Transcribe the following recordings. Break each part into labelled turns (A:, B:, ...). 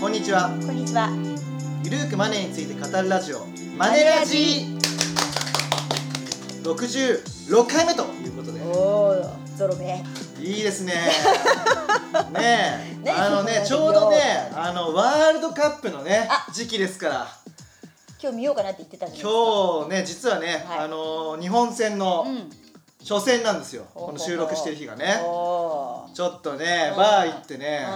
A: こんにちは
B: こんにちは。
A: ゆるーくマネーについて語るラジオマネラジ66回目ということで
B: おお、ゾロ目。
A: いいです ねねえ
B: ね
A: あのねちょうどね あのワールドカップのね
B: あ
A: 時期ですから
B: 今日見ようかなって言ってたじゃないですか。
A: 今日ね実はね、
B: はい
A: あの日本戦の
B: うん。
A: 初戦なんですよ、
B: ほうほうほ
A: こ
B: う
A: の収録してる日がね
B: おお。
A: ちょっとね、
B: うん
A: バー行ってね、
B: う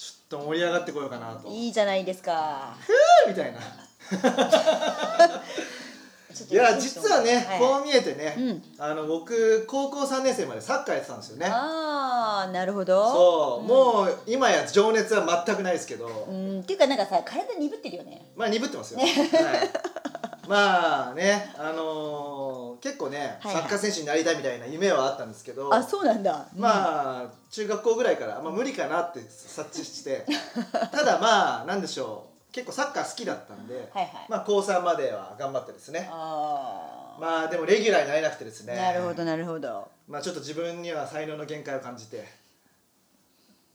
A: ちょっと盛り上がってこようかなと
B: ん。いいじゃないですか。
A: みたいな。い
B: ちょっと
A: や実はね、
B: い
A: こう見えてね、
B: うん
A: あの僕高校3年生までサッカーやってたんですよね。
B: ああ、なるほど。
A: そう、もう今や情熱は全くないですけど、
B: うん、っていうかなんかさ、体鈍ってるよね。
A: まあ鈍ってますよ。はい、まあね、あのー結構ね、
B: はいはい
A: サッカー選手になりたいみたいな夢はあったんですけど、
B: あ、そうなんだ。
A: まあ中学校ぐらいから、まあ、無理かなって察知して ただまあなんでしょう結構サッカー好きだったんで、
B: はいはい
A: まあ、高3までは頑張ってですね
B: あ
A: まあでもレギュラーになれなくてです
B: あ、
A: ね
B: なるほどなるほど。
A: まあ、ちょっと自分には才能の限界を感じて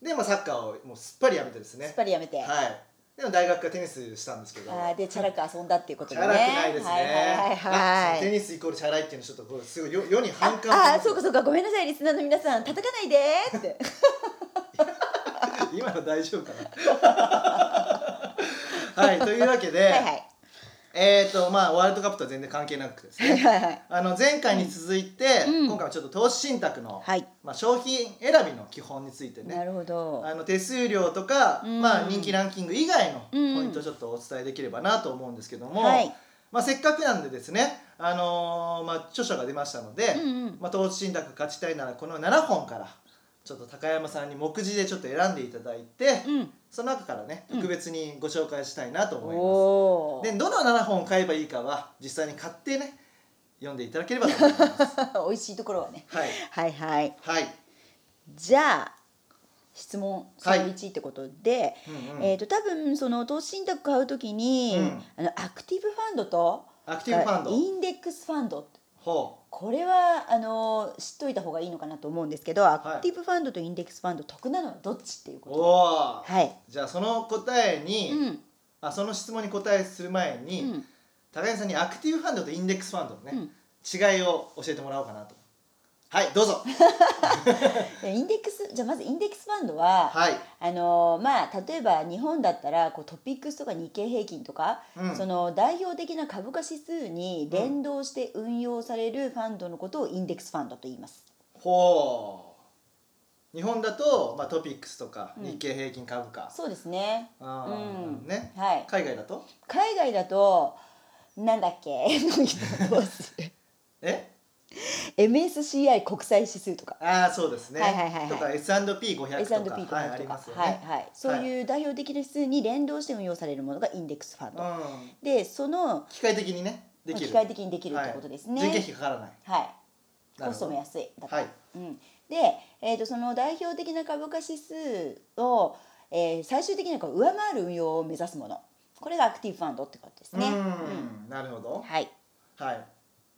A: で、まあ、サッカーをもうすっぱりやめてですね
B: やっぱりやめて。
A: はいでも大学からテニスしたんですけど
B: ああ、でチャラく遊んだっていうこと
A: チ
B: で
A: ャ
B: ね。
A: ラくないですね、
B: は
A: あ
B: いはい
A: そ
B: は
A: の
B: い
A: テ
B: はい。
A: ニスイコールチャラいっていうのはちょっとこうすごい世世に反感
B: ああ
A: を
B: そうかそうかごめんなさいリスナーの皆さん叩かないでーって
A: 今の大丈夫かなはいというわけで、
B: はいはい
A: えっ、とまあワールドカップとは全然関係なくてですね
B: はいはい
A: あの前回に続いて、
B: うん
A: 今回はちょっと投資信託の、
B: はい
A: まあ、商品選びの基本について
B: な
A: ね
B: るほど
A: あの手数料とか、
B: うん
A: まあ、人気ランキング以外のポ
B: うん
A: イントをちょっとお伝えできればなと思うんですけども、
B: はい
A: まあ、せっかくなんでですね、あのーまあ、著書が出ましたので、
B: うんうん
A: まあ、投資信託勝ちたいならこの7本からちょっと高山さんに目次でちょっと選んでいただいて、
B: うん
A: その中からね特別にご紹介したいなと思います。
B: おお
A: でどの7本買えばいいかは実際に買ってね読んでいただければと思い ます
B: 美味しいところはね
A: はい
B: はいはい
A: はい
B: じゃあ質問そ
A: はい
B: の1ってことで、
A: うんうん
B: えー、と多分その投資信託買うときに、
A: うん
B: あのアクティブファンドと
A: アクティブファンド
B: あインデックスファンド
A: ほ
B: これはあの知っといた方がいいのかなと思うんですけど、アクティブファンドとインデックスファンド得なのはどっちっていう
A: う
B: こ
A: お
B: と
A: おー
B: はい、
A: じゃあその答えに、
B: うん
A: あその質問に答えする前に、
B: うん、
A: 高橋さんにアクティブファンドとインデックスファンドのね、
B: うん
A: 違いを教えてもらおうかなとはいどうぞ
B: でインデックスじゃあまずインデックスファンドは、
A: はい
B: あのまあ、例えば日本だったらこうトピックスとか日経平均とか、
A: うん
B: その代表的な株価指数に連動して運用されるファンドのことをインデックスファンドと言います。
A: ほう日本だと、まあ、トピックスとか
B: うん
A: 日経平均株価、
B: そうですね、
A: あ
B: う
A: ー
B: ん
A: ね、
B: はい、
A: 海外だと
B: 海外だとなんだっけ
A: え
B: MSCI 国際指数とか
A: ああそうですね。
B: はいはいはいはい
A: とか S&P 500と
B: S&P
A: か
B: 500とか、
A: はいありますよね。
B: はいはい、そういう代表的な指数に連動して運用されるものがインデックスファンド、
A: うん、
B: でその
A: 機械的にねできる。
B: 機械的にできるってことですね。
A: はい、人件費かからない。
B: はい
A: なるほど
B: コストも安いだから、
A: はい
B: うん、で、えー、とその代表的な株価指数を、えー最終的にはこう上回る運用を目指すものこれがアクティブファンドってことですね、
A: うん、なるほ
B: うん
A: ど。
B: はい、
A: はい。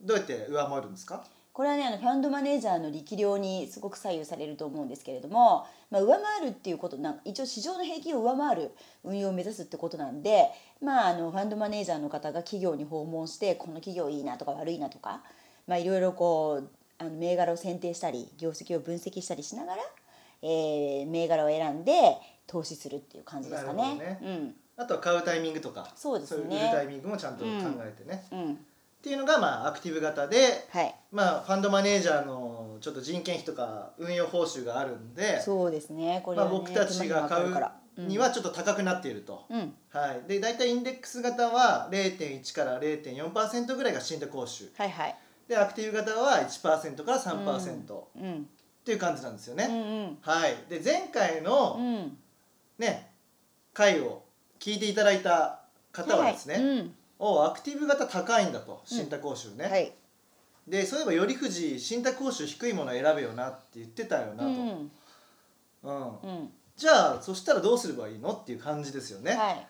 A: どうやって上回るんですか？
B: これはねあのファンドマネージャーの力量にすごく左右されると思うんですけれども、まあ、上回るっていうことなん一応市場の平均を上回る運用を目指すってことなんで、まあ、あのファンドマネージャーの方が企業に訪問してこの企業いいなとか悪いなとか、まあ、いろいろこうあの銘柄を選定したり業績を分析したりしながら、えー銘柄を選んで投資するっていう感じですか
A: なるほ
B: ね。
A: どね
B: うん
A: あとは買うタイミングとか、
B: そうですね
A: い売るタイミングもちゃんと考えてね。っ
B: うん、
A: ていうのがまあアクティブ型で、
B: はい
A: まあファンドマネージャーのちょっと人件費とか運用報酬があるんで、
B: そうですねこれ
A: ま
B: は
A: あ
B: ね、
A: 僕たちが買
B: 手間暇かかるから
A: うにはちょっと高くなっていると。
B: うん、
A: はい、で大体インデックス型は0.1から0.4%ぐらいが信託報酬
B: はいはい、
A: でアクティブ型は1%から3%、っ
B: うん、
A: ていう感じなんですよ
B: うんう
A: ね、
B: ん
A: はいで前回
B: う
A: の
B: ん
A: ね回を聞いていただいた方はですね、
B: いうん
A: おアクティブ型高いんだと信託報酬ね、
B: はい
A: でそういえば頼藤信託報酬低いものを選べよなって言ってたよな
B: う
A: と、
B: ん
A: うん
B: うん
A: じゃあそしたらどうすればいいのっていう感じですよね、
B: はい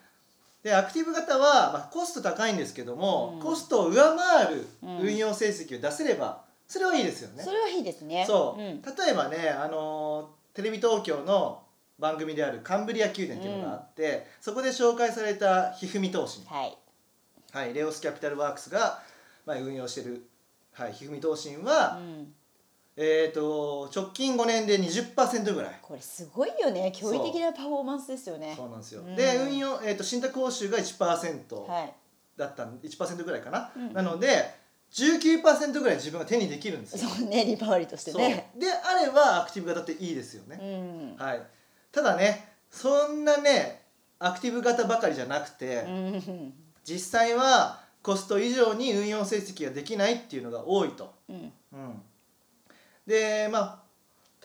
A: でアクティブ型は、まあ、コスト高いんですけども、
B: うん
A: コストを上回る
B: うん
A: 運用成績を出せれば、それはいいですよね
B: そ。れはいいですね
A: そう
B: うん
A: 例えばね、あのーテレビ東京の「番組であるカンブリア宮殿っていうのがあって、そこで紹介されたひふみ投資
B: はい
A: はい、レオスキャピタルワークスが、まあ、運用してる、はい、ひふみ投信は、
B: うん、
A: えー、と直近5年で20%ぐらい、
B: これすごいよね驚異的なパフォーマンスですよね
A: そうなんですよ、
B: うん
A: で運用、えー、と信託報酬が1%
B: はい
A: だったん、1%ぐらいかな、
B: うん
A: なので19%ぐらい自分が手にできるんですよ
B: そうねリパーリとしてね
A: そうであればアクティブ型っていいですよ
B: う
A: ね、
B: ん、
A: はい、ただねそんなねアクティブ型ばかりじゃなくて、
B: うん
A: 実際はコスト以上に運用成績ができないっていうのが多いと。
B: うん
A: うん、でま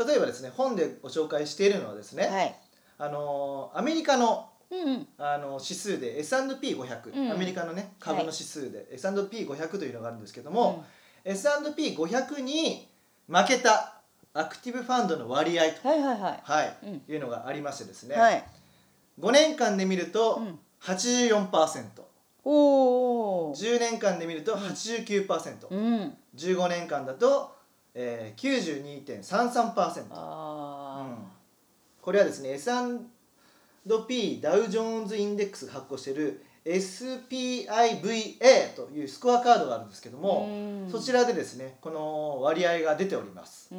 A: あ例えばですね本でご紹介しているのはですね、
B: はい
A: あのアメリカの
B: うん
A: あの指数で S&P500、
B: うん
A: アメリカのね株の指数で S&P500 というのがあるんですけども、S&P500 に負けたアクティブファンドの割合と、
B: うん、はいはいはい
A: はい
B: うん
A: いうのがありましてですね、
B: はい
A: 5年間で見ると
B: うん
A: 84%、
B: おお
A: 10年間で見ると89%、
B: うん
A: 15年間だと、えー、92.33%、
B: あ
A: うんこれはですね S&P ダウジョーンズインデックスが発行している SPIVA というスコアカードがあるんですけど
B: あ
A: も、そちらでですねこの割合が出ております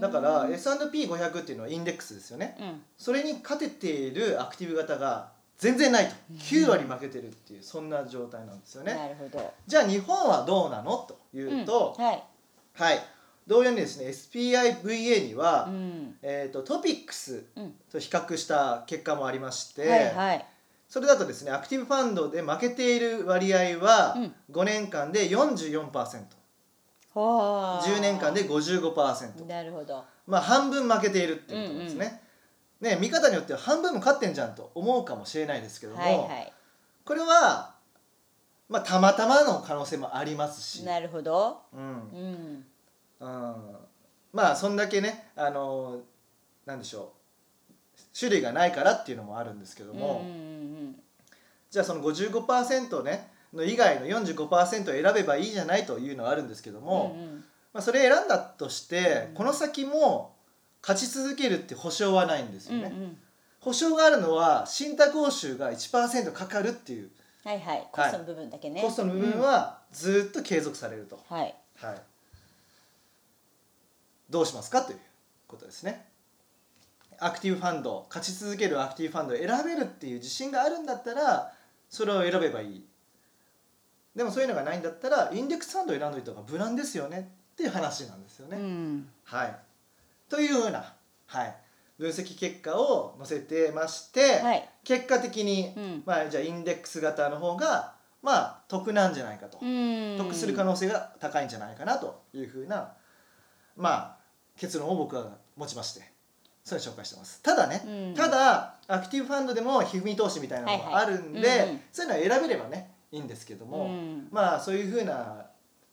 A: だから
B: うん
A: S&P500 っていうのはインデックスですよね
B: うん
A: それに勝てているアクティブ型が全然ないと9割負けてるっていうそんな状態なんですよね
B: なるほど
A: じゃあ日本はどうなのというと、
B: うんはい
A: はい、同様にですね SPIVA には、
B: うん
A: えー、とトピックス
B: うん
A: と比較した結果もありまして、
B: はいはい
A: それだとですねアクティブファンドで負けている割合は
B: うん
A: 5年間で 44%10
B: はあ
A: 年間で55%
B: なるほど
A: まあ半分負けているっていうことですね。ね、見方によっては半分も勝ってんじゃんと思うかもしれないですけども、
B: はいは
A: これは、まあ、たまたまの可能性もありますし
B: い、なるほど
A: うん
B: う、
A: う
B: ん
A: んまあそんだけねあのなんでしょう種類がないからっていうのもあるんですけども、
B: うんうん
A: じゃあその55%ねの以外の45%選べばいいじゃないというのはあるんですけど
B: うん
A: も、
B: うんうん
A: まあ、それ選んだとして、
B: うん
A: この先も勝ち続けるって保証はないんです
B: う
A: よ
B: ん
A: ね。
B: うん
A: 保証があるのは信託報酬が1%かかるっていう
B: はいはいコストの部分だけね
A: コストの部分はずっと継続されると、
B: うんはい
A: はい、どうしますかということですねアクティブファンド勝ち続けるアクティブファンドを選べるっていう自信があるんだったらそれを選べばいいでもそういうのがないんだったらインデックスファンドを選んどいた方が無難ですよねっていう話なんですよね、
B: うん
A: はいというような、はい、分析結果を載せてまして、
B: はい
A: 結果的に、
B: うん
A: まあ、じゃあインデックス型の方がまあ得なんじゃないかと
B: うん
A: 得する可能性が高いんじゃないかなというふうな、まあ、結論を僕は持ちましてそれを紹介してますただね、
B: うん
A: ただアクティブファンドでもひふみ投資みたいなの
B: はい
A: が
B: はい
A: あるんで、
B: うんうん
A: そういうのを選べればねいいんですけども、
B: うん
A: まあそういうふうな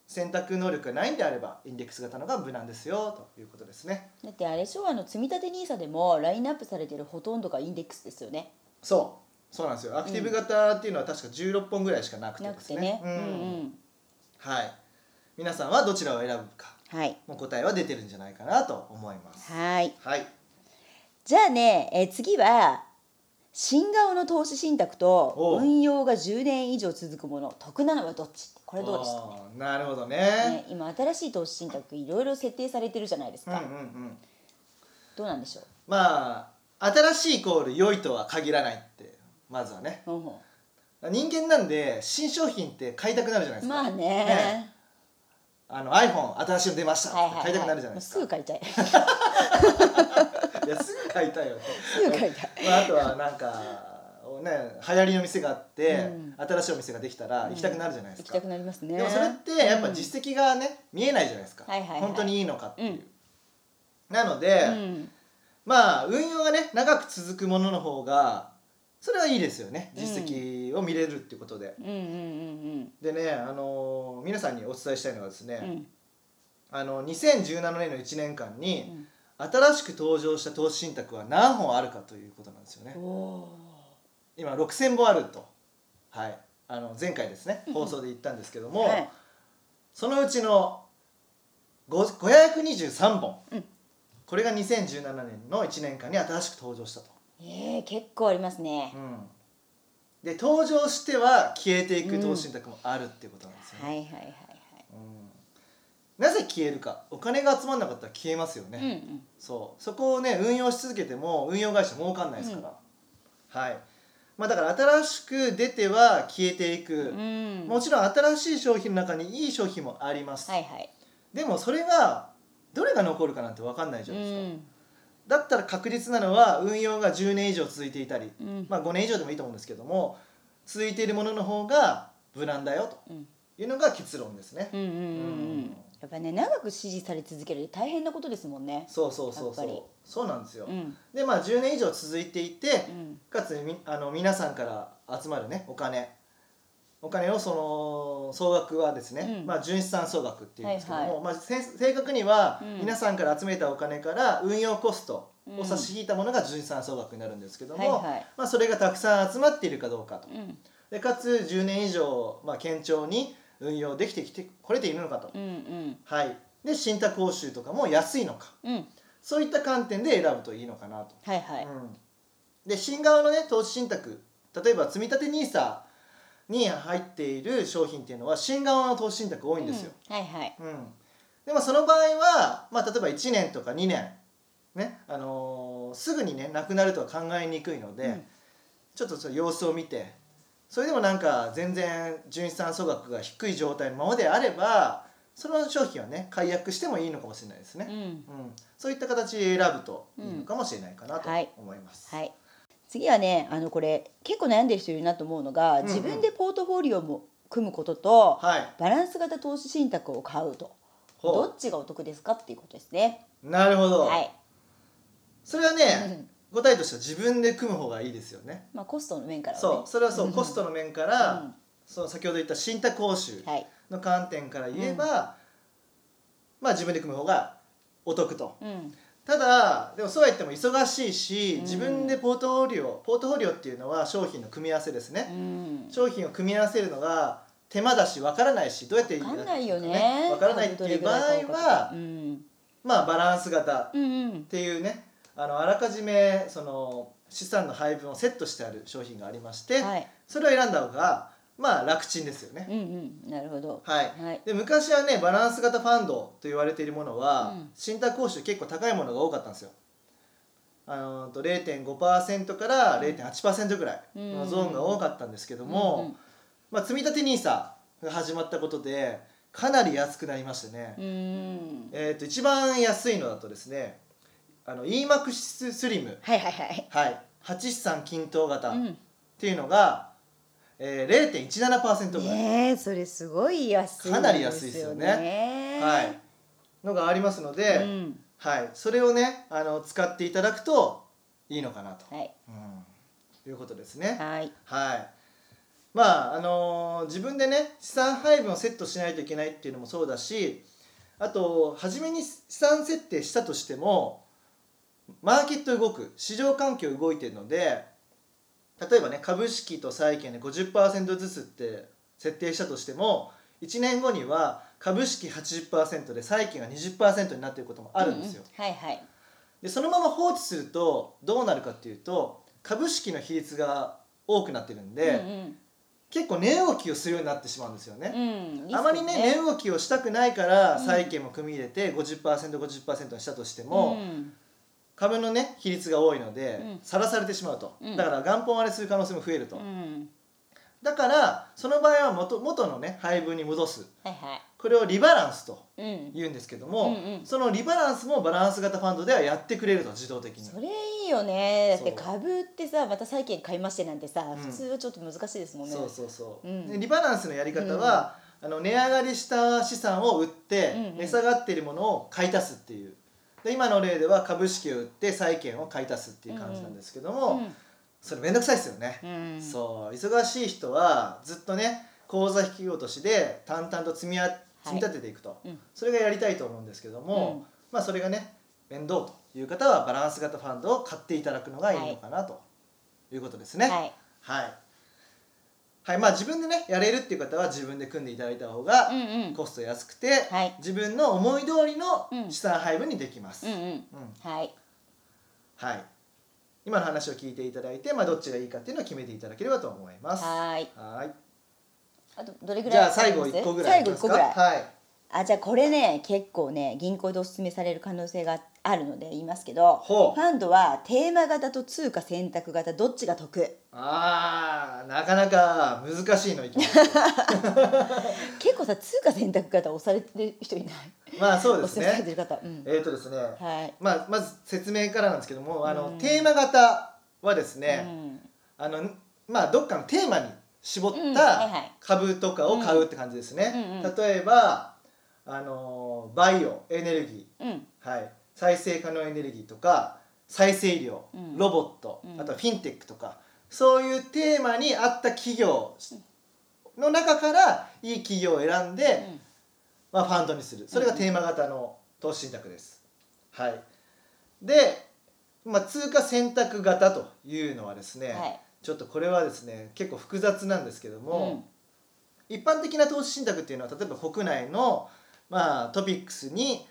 A: 選択能力がないんであればインデックス型のが無難ですよということですね
B: だってあれでしょあの積み立て NISA でもラインナップされてるほとんどがインデックスですよね
A: そうそうなんですよアクティブ型っていうのは確か16本ぐらいしかなくて
B: な
A: で
B: く
A: す
B: て
A: ね
B: ね
A: うん
B: うんうん
A: はい皆さんはどちらを選ぶか
B: はい
A: もう答えは出てるんじゃないかなと思います
B: はい
A: はい
B: じゃあね、えー次は新顔の投資信託と
A: おう
B: 運用が10年以上続くもの得なのはどっちこれどうでした
A: あーなるほどね
B: ね、今新しい投資信託いろいろ設定されてるじゃないです
A: うんう
B: か、
A: んうん
B: どうなんでしょ
A: まあ新しいイコール良いとは限らないってまずはね
B: う、ほうほ
A: 人間なんで新商品って買いたくなるじゃないうですか、
B: まあね
A: ねあの iPhone 新しいの出ました
B: はいはい、
A: っ
B: は
A: て買
B: い、
A: いたくなるじゃないですか、
B: もうすぐ買いたい
A: いやすぐ買いたいよね
B: すぐ買いたい
A: まあ、あとはなんかね流行りの店があって、
B: うん
A: 新しいお店ができたら行きたくなるじゃないで
B: 行
A: す
B: き
A: か、
B: たくなりますね
A: でもそれってやっぱ実績がね、見えないじゃないですか、
B: はいはいはい
A: 本当にいいのかっていう、
B: うん
A: なので、
B: うん
A: まあ運用がね長く続くものの方がそれはいいですよね実績を見れるっていうことで、
B: うんうんうん
A: でね、あのー皆さんにお伝えしたいのはですね、
B: うんうん
A: あの2017年の1年間
B: う
A: に
B: ん
A: 新しく登場した投資信託は何本あるかということなんですよね
B: お
A: 今6,000本あると、はい、あの前回ですね放送で言ったんですけども、
B: ーはい
A: そのうちのご523本、
B: うん
A: これが2017年の1年間に新しく登場したと、
B: えー、結構ありますね
A: う。ん、で登場しては消えていく投資信託もあるっていうことなんですよね、
B: はいはいはい
A: うんなぜ消えるかお金が集まんなかったら消えますよね、
B: はい。うん
A: そうそこをね運用し続けても運用会社儲かんないですから、はいまあだから新しく出ては消えていく
B: う、ん。うん。
A: もちろん新しい商品の中にいい商品もあります、
B: はいはい。
A: でもそれがどれが残るかなんて分かんないじゃ
B: う
A: ないですか、
B: ん。
A: だったら確実なのは運用が10年以上続いていたり、
B: うん。
A: まあ、5年以上でもいいと思うんですけども続いているものの方が無難だよ
B: うん
A: というのが結論ですね、
B: うんうんうんうんやっぱね長く支持され続けるって大変なことですもんね。
A: そうそうそうそ
B: やっぱり
A: うそうなんですよ、
B: うん
A: でまあ10年以上続いていて
B: うん
A: かつみあの皆さんから集まるねお金お金をその総額はですね、
B: うん
A: まあ、純資産総額っていうんですけども、
B: はい
A: まあ、せ正確には
B: うん
A: 皆さんから集めたお金から運用コスト
B: う
A: を
B: ん
A: 差し引いたものが純資産総額になるんですけども、
B: はいは
A: まあ、それがたくさん集まっているかどうかと
B: い。うん
A: でかつ10年以上、まあ、堅調に運用できてきてこれているのかと、
B: うん
A: はい、で信託報酬とかも安いのか
B: うんうん
A: そういった観点で選ぶといいのかなと。
B: はいはい。
A: うん、で新側のね投資信託例えば積み立て NISA に入っている商品っていうのは新側の投資信託多いんですよ、
B: うんはいはい。
A: うんでもその場合は、まあ、例えば1年とか2年、ねあのーすぐにねなくなるとは考えにくいので、
B: うん
A: ちょっとその様子を見てそれでもなんか全然純資産総額が低い状態のままであればその商品はね解約してもいいのかもしれないですね、
B: うん
A: うん、そういった形で選ぶといいのかもしれないかなと
B: うんはい
A: 思います。
B: はい。次はねあのこれ結構悩んでる人いるなと思うの
A: ん
B: が、
A: うん
B: 自分でポートフォリオも組むことと、
A: はい
B: バランス型投資信託を買うと
A: ほう
B: どっちがお得ですかっていうことですね。
A: なるほど、
B: はい。
A: それは ね答えとしては自分で組む方がいいですよね。
B: まあコストの面からはね。
A: そうそれはそうコストの面か
B: う
A: ら
B: ん
A: その先ほど言った信託報酬
B: はい。
A: の観点から言えばまあ自分で組む方がお得と。
B: うん
A: ただでもそうは言っても忙しいし
B: うん
A: 自分でポートフォリオポートフォリオっていうのは商品の組み合わせですね。
B: うん。
A: 商品を組み合わせるのが手間だし分からないしどうやって
B: わ
A: 分
B: かんないよね。
A: 分からないっていう場合は
B: う、ん。
A: まあ、バランス型っ
B: うんうん。
A: ていうねあのあらかじめその資産の配分をセットしてある商品がありまして、
B: はい。
A: それを選んだ方が、まあ、楽ちんですよね。
B: うんうん。なるほど。
A: はい
B: はい。
A: で昔はねバランス型ファンドと言われているものは、
B: うん
A: 信託報酬結構高いものが多かったんですよ。あのと0.5%から0.8%ぐらいのゾーンが多かったんですけども、まあ、積み立て NISA が始まったことでかなり安くなりましてね、
B: うんうん。うん。
A: えー、と一番安いのだとですねあの EMAX ススリム、
B: はいはいはい。
A: はい、8資産均等型っ
B: うん。
A: ていうのが、えー、0.17%ぐらい、
B: ねえ、それすごい安い、
A: かなり安いですよね
B: ね
A: はい、のがありますので、
B: うん。
A: はい、それをねあの使っていただくといいのかなと、
B: はい。
A: うん、いうことですね。
B: はい。
A: はいまああのー自分でね資産配分をセットしないといけないっていうのもそうだしあと初めに資産設定したとしてもマーケット動く市場環境動いてるので例えばね株式と債券で50%ずつって設定したとしても1年後には株式80%で債券が20%になっていることもあるんですよ。
B: うんうん。はいはい。
A: でそのまま放置するとどうなるかっていうと株式の比率が多くなってるんで、
B: うん
A: 結構値動きをするようになってしまうんですよね。
B: うん。うん。
A: あまりね値
B: ね
A: 動きをしたくないから
B: うん
A: 債券も組み入れて 50%50% にしたとしても、
B: もうん。
A: 株のね比率が多いので
B: うん
A: さら、されてしまうと、
B: うん
A: だから元本割れする可能性も増えると、
B: うん。
A: だからその場合は元元のね配分に戻す
B: はいは
A: これをリバランスと
B: い。うん。
A: 言うんですけども、
B: うんうん
A: そのリバランスもバランス型ファンドではやってくれると自動的に
B: それいいよねだって
A: そう
B: 株ってさまた債券買いましてなんてさ、
A: ん
B: 普通はちょっと難しいですもんね
A: そうそうそう、
B: うん
A: でリバランスのやり方は、あの値上がりした資産を売って、
B: うんうん
A: 値下がっているものを買い足すっていうで今の例では株式を売って債券を買い足すっていう感じなんですけども、それめんどくさいですよね、
B: うんうん、
A: そう忙しい人はずっとね口座引き落としで淡々と積みあ積み立てていくと、
B: うん
A: それがやりたいと思うんですけども、まあそれがね面倒という方はバランス型ファンドを買っていただくのがいいのかなということですね。
B: はい
A: はい。はいまあ、自分でねやれるっていう方は自分で組んでいただいた方が
B: うんうん
A: コスト安くて、
B: はい
A: 自分の思い通りの
B: うん
A: 資産配分にできます、
B: うんうん
A: うん
B: はい
A: はい、今の話を聞いていただいて、まあ、どっちがいいかっていうのを決めていただければと思います
B: はーい
A: はい
B: あとどれぐ
A: じ
B: らい
A: ゃあ最後1個ぐらい
B: 最後一個ぐらい
A: はい
B: あじゃあこれね結構ね銀行でおすすめされる可能性があるので言いますけど
A: ほう
B: ファンドはテーマ型と通貨選択型どっちが得
A: あーなかなか難しいのいきます
B: 結構さ通貨選択型押されてる人いない
A: まあそうで
B: 押
A: す
B: せされ
A: ね
B: てる方、うん、
A: えっ、とですね、
B: はい、
A: まあ、まず説明からなんですけどもあの、
B: うん
A: テーマ型はです
B: う
A: ね、
B: ん
A: あのまあどっかのテーマに絞っ
B: うんはいは
A: た
B: い
A: 株とかを買うって感じですね、
B: うんうん
A: 例えばあのバイオエネルギー
B: うん
A: はい、再生可能エネルギーとか再生医療、
B: うん
A: ロボット、
B: うん
A: あとはフィンテックとかそういうテーマに合った企業の中からいい企業を選んで、
B: うん
A: まあ、ファンドにするそれがテーマ型の投資信託です。はい、で、まあ、通貨選択型というのはですね、
B: はい
A: ちょっとこれはですね結構複雑なんですけども。一般的な投資信託っていうのは例えば国内の、まあ、トピックスに、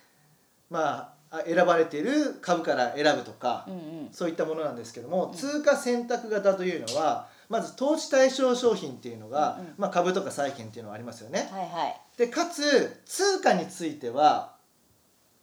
A: まあ、あ選ばれている株から選ぶとか
B: う、んうん
A: そういったものなんですけども、
B: うん
A: 通貨選択型というのはまず投資対象商品っていうのが、
B: うんうん
A: まあ、株とか債券っていうのはありますよね。
B: はいはい
A: でかつ通貨については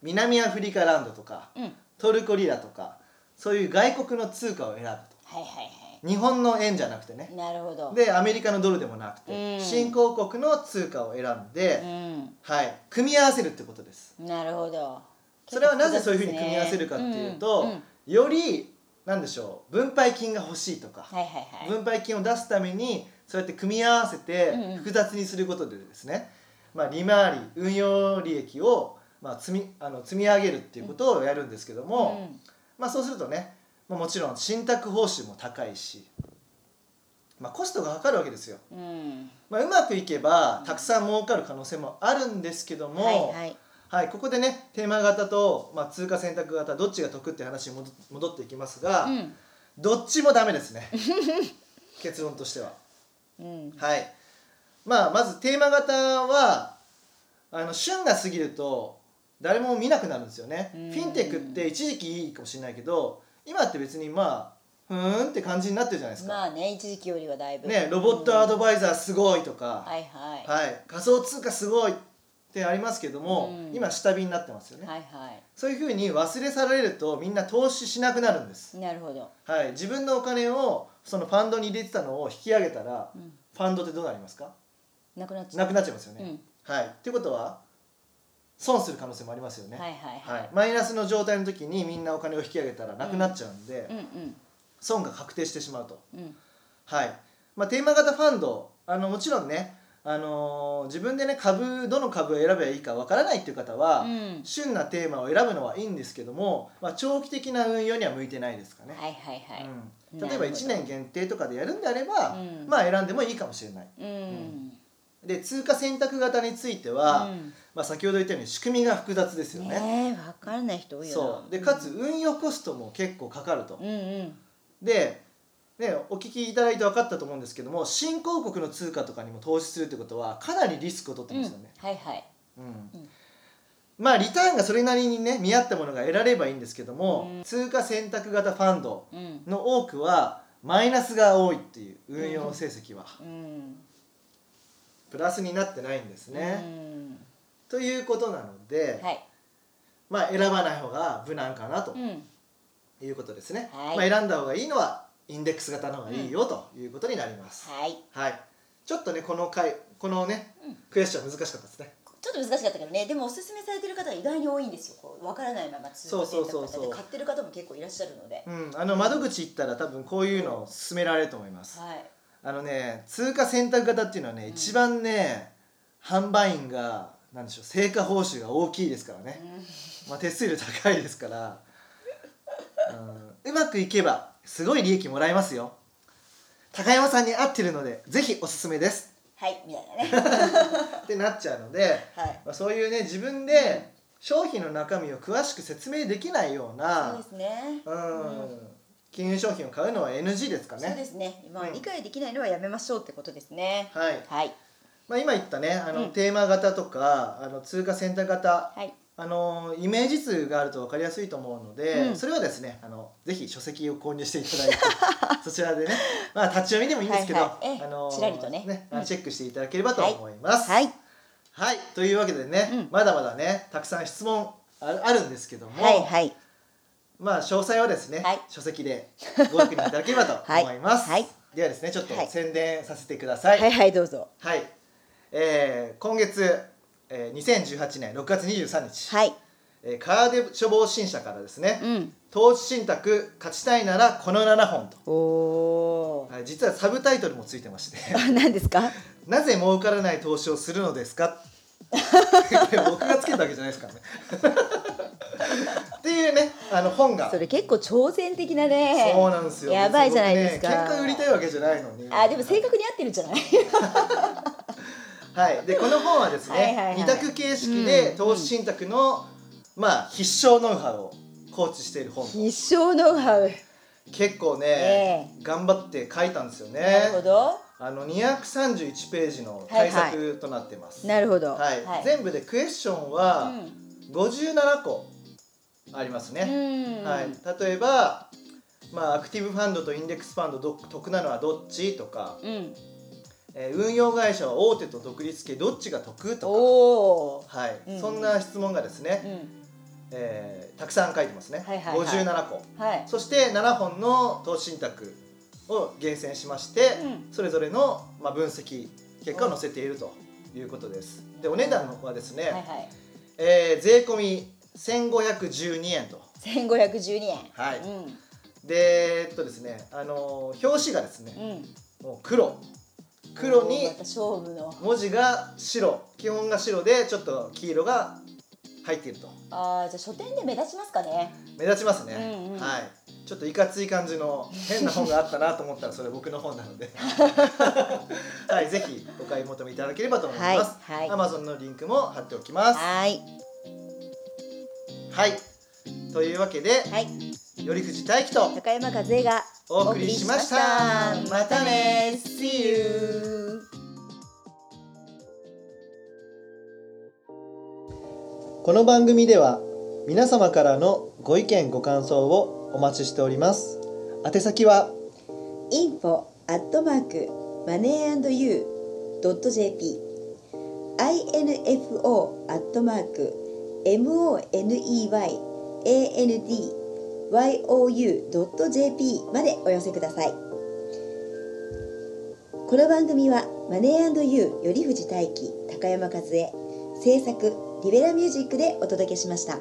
A: 南アフリカランドとか
B: うんはい
A: トルコリラとかそういう外国の通貨を選ぶと
B: はいは
A: 日本の円じゃなくてね、
B: いなるほど
A: でアメリカのドルでもなくて、
B: うん
A: 新興国の通貨を選んで、
B: う
A: はい、組み合わせるってことです
B: んなるほど
A: それはなぜそういうふうに組み合わせるかっていうと、
B: んん
A: よりなんでしょう分配金が欲しいとか、
B: はいはいはい
A: 分配金を出すためにそうやって組み合わせて
B: うんうん
A: 複雑にすることでですね、まあ、利回り運用利益を、まあ、積みあの積み上げるっていうことをやるんですけども、
B: うん
A: まあ、そうするとね、まあ、もちろん信託報酬も高いし、まあ、コストがかかるわけですよ。
B: うん
A: まあ、うまくいけばたくさん儲かる可能性もあるんですけども、
B: はいはい
A: はいここでねテーマ型と、まあ、通貨選択型どっちが得って話に戻戻っていきますが、
B: うん
A: どっちもダメです ね結論としては。
B: うん
A: はいまあ、まずテーマ型はあの旬が過ぎると誰も見なくなるんですよね。フ
B: うん
A: ィンテックって一時期いいかもしれないけど今って別にまあふーんって感じになってるじゃないですか。
B: まあね一時期よりはだいぶ
A: ね、ロボットアドバイザーすごいとか、
B: はいはい
A: はい、仮想通貨すごいってありますけども、
B: うん
A: 今下火になってますよね、
B: はいは
A: そういうふうに忘れ去られるとみんな投資しなくなるんです、
B: いなるほど
A: はい、自分のお金をそのファンドに入れてたのを引き上げたら
B: うん
A: ファンドってどうなりますか
B: なくなっちゃ
A: な
B: う
A: くなっちゃいますよね、
B: うん
A: はいっていうことは損する可能性もありますよね、
B: はいはいはい
A: マイナスの状態の時にみんなお金を引き上げたらなくなっちゃうんで、
B: うんうん
A: 損が確定してしまうと
B: うん
A: はい、まあ、テーマ型ファンドあのもちろんね、あのー自分でね株どの株を選べばいいかわからないっていう方は、
B: うん
A: 旬なテーマを選ぶのはいいんですけども、まあ、長期的な運用には向いてないですかね、
B: はいはいはい
A: うん、
B: な
A: 例え
B: る
A: ば
B: ほど
A: 1年限定とかでやるんであれば、
B: うん
A: まあ選んでもいいかもしれない
B: うん
A: で通貨選択型については、
B: うん
A: まあ、先ほど言ったように仕組みが複雑ですよね
B: ねえ分からない人多いよな
A: そうでかつ運用コストも結構かかると、
B: うんうん
A: で、ね、お聞きいただいて分かったと思うんですけども新興国の通貨とかにも投資するってことはかなりリスクを取って
B: うん
A: ますよね、
B: はいはい
A: うん
B: うん
A: まあリターンがそれなりにね見合ったものが得られればいいんですけども、
B: うん
A: 通貨選択型ファンド
B: うん
A: の多くはマイナスが多いっていう運用成績は、
B: うん
A: プラスになってないんですね、
B: うん
A: ということなので、
B: はい
A: まあ選ばない方が無難かなと
B: うん
A: いうことですね、
B: はい
A: まあ、選んだ方がいいのはインデックス型の方がいいよということになります、
B: はい
A: はい。ちょっとねこの回このね、
B: うん
A: クエスチョン難しかったですね。
B: ちょっと難しかったけどねでもおすすめされてる方が意外に多いんですよこう分からないまま通
A: そう
B: 貨
A: そ
B: 選
A: うそ
B: 択
A: う
B: 型
A: そう
B: で買ってる方も結構いらっしゃるので
A: うん、あの窓口行ったら多分こういうのを勧められると思います。
B: はい
A: あのね通貨選択型っていうのはね、
B: ん
A: 一番ね販売員がなんでしょう成果報酬が大きいですからね。 まあ手数料高いですから、うん、うまくいけばすごい利益もらえますよ。高山さんに合ってるのでぜひおすすめです
B: はいみた いなね
A: ってなっちゃうので。
B: はい
A: まあ、そういうね自分で商品の中身を詳しく説明できないよう
B: そう
A: な
B: ですね
A: うん、金融商品を買うのは NG ですか
B: そうで
A: ね。
B: すね、まあ
A: うん
B: 理解できないのはやめましょうってことですね
A: はい。
B: はい
A: まあ今言ったね、あの、
B: うん
A: テーマ型とかあの通貨選択型、
B: はい
A: あのイメージ図があると分かりやすいと思うので、
B: うん
A: それはですね、あのぜひ書籍を購入していただい て、そちらでね、まあ立ち読みでもいいんですけど、
B: はいはいええ
A: あの
B: ちらりとね
A: あの
B: うん
A: チェックしていただければと思います。
B: はい
A: はい、というわけでね、
B: うん
A: まだまだねたくさん質問あるあるんですけども、
B: はいはい
A: まあ詳細はですね、
B: はい
A: 書籍でご確認いただければと思います、
B: はいはい
A: ではですねちょっと
B: はい
A: 宣伝させてください
B: は
A: はい
B: いはいどうぞ
A: えー今月、えー、2018年6月23日、
B: はい
A: えー、カーデ処方新社からですね、
B: うん
A: 投資信託勝ちたいならこの7本と、
B: おお
A: はい、実はサブタイトルもついてまして
B: あ何ですか
A: なぜ儲からない投資をするのです か これ僕がつけたわけじゃないですからね っていうねあの本が
B: それ結構挑戦的なね
A: そうなんですよ
B: やばいじゃないですか、
A: 僕ね喧嘩売りたいわけじゃないのに
B: あでも正確に合ってるんじゃない
A: はいでこの本はですね
B: はいはいはい
A: 二択形式で
B: うん
A: 投資信託の、まあ必勝ノウハウを構築している本
B: 必勝ノウハウ
A: 結構ね、
B: え
A: 頑張って書いたんですよ
B: なる
A: ね
B: ほど
A: あの231ページの対策となってます、
B: なるほど
A: はい全部でクエスチョンは57個ありますね、
B: うん
A: はい、例えば、まあ、アクティブファンドとインデックスファンドど得なのはどっちとか、
B: うん
A: えー運用会社は大手と独立系どっちが得と
B: おー
A: か、はい
B: うん
A: そんな質問がですね、
B: うん
A: えーたくさん書いてますね、
B: はいはいはい
A: 57個
B: はい
A: そして7本の投資信託を厳選しまして、
B: う
A: それぞれの、まあ、分析結果を載せているということですでお値段はですね、
B: はいはい
A: えー税込み1512円と
B: 千五百十二円
A: はい
B: うん
A: でえっとですねあのー表紙がですね、
B: うん
A: もう黒黒に
B: おーまた勝負の
A: 文字が白基本が白でちょっと黄色が入っていると
B: あーじゃあ書店で目立ちますかね
A: 目立ちますね、
B: うんうん
A: はいちょっといかつい感じの変な本があったなと思ったらそれ僕の本なの ではいぜひお買い求めいただければと思います、
B: はいはい
A: Amazon のリンクも貼っておきます
B: はい
A: はいというわけで
B: はい
A: 頼藤大樹と
B: 高山和恵が
A: お送りしましたまたね See you この番組では皆様からのご意見ご感想をお待ちしております宛先は
B: info アットマークマネー &you ドット JP info アットマーク moneyandyou ドット JP までお寄せくださいこの番組はマネー &you より藤大輝高山和恵制作リベラミュージックでお届けしました。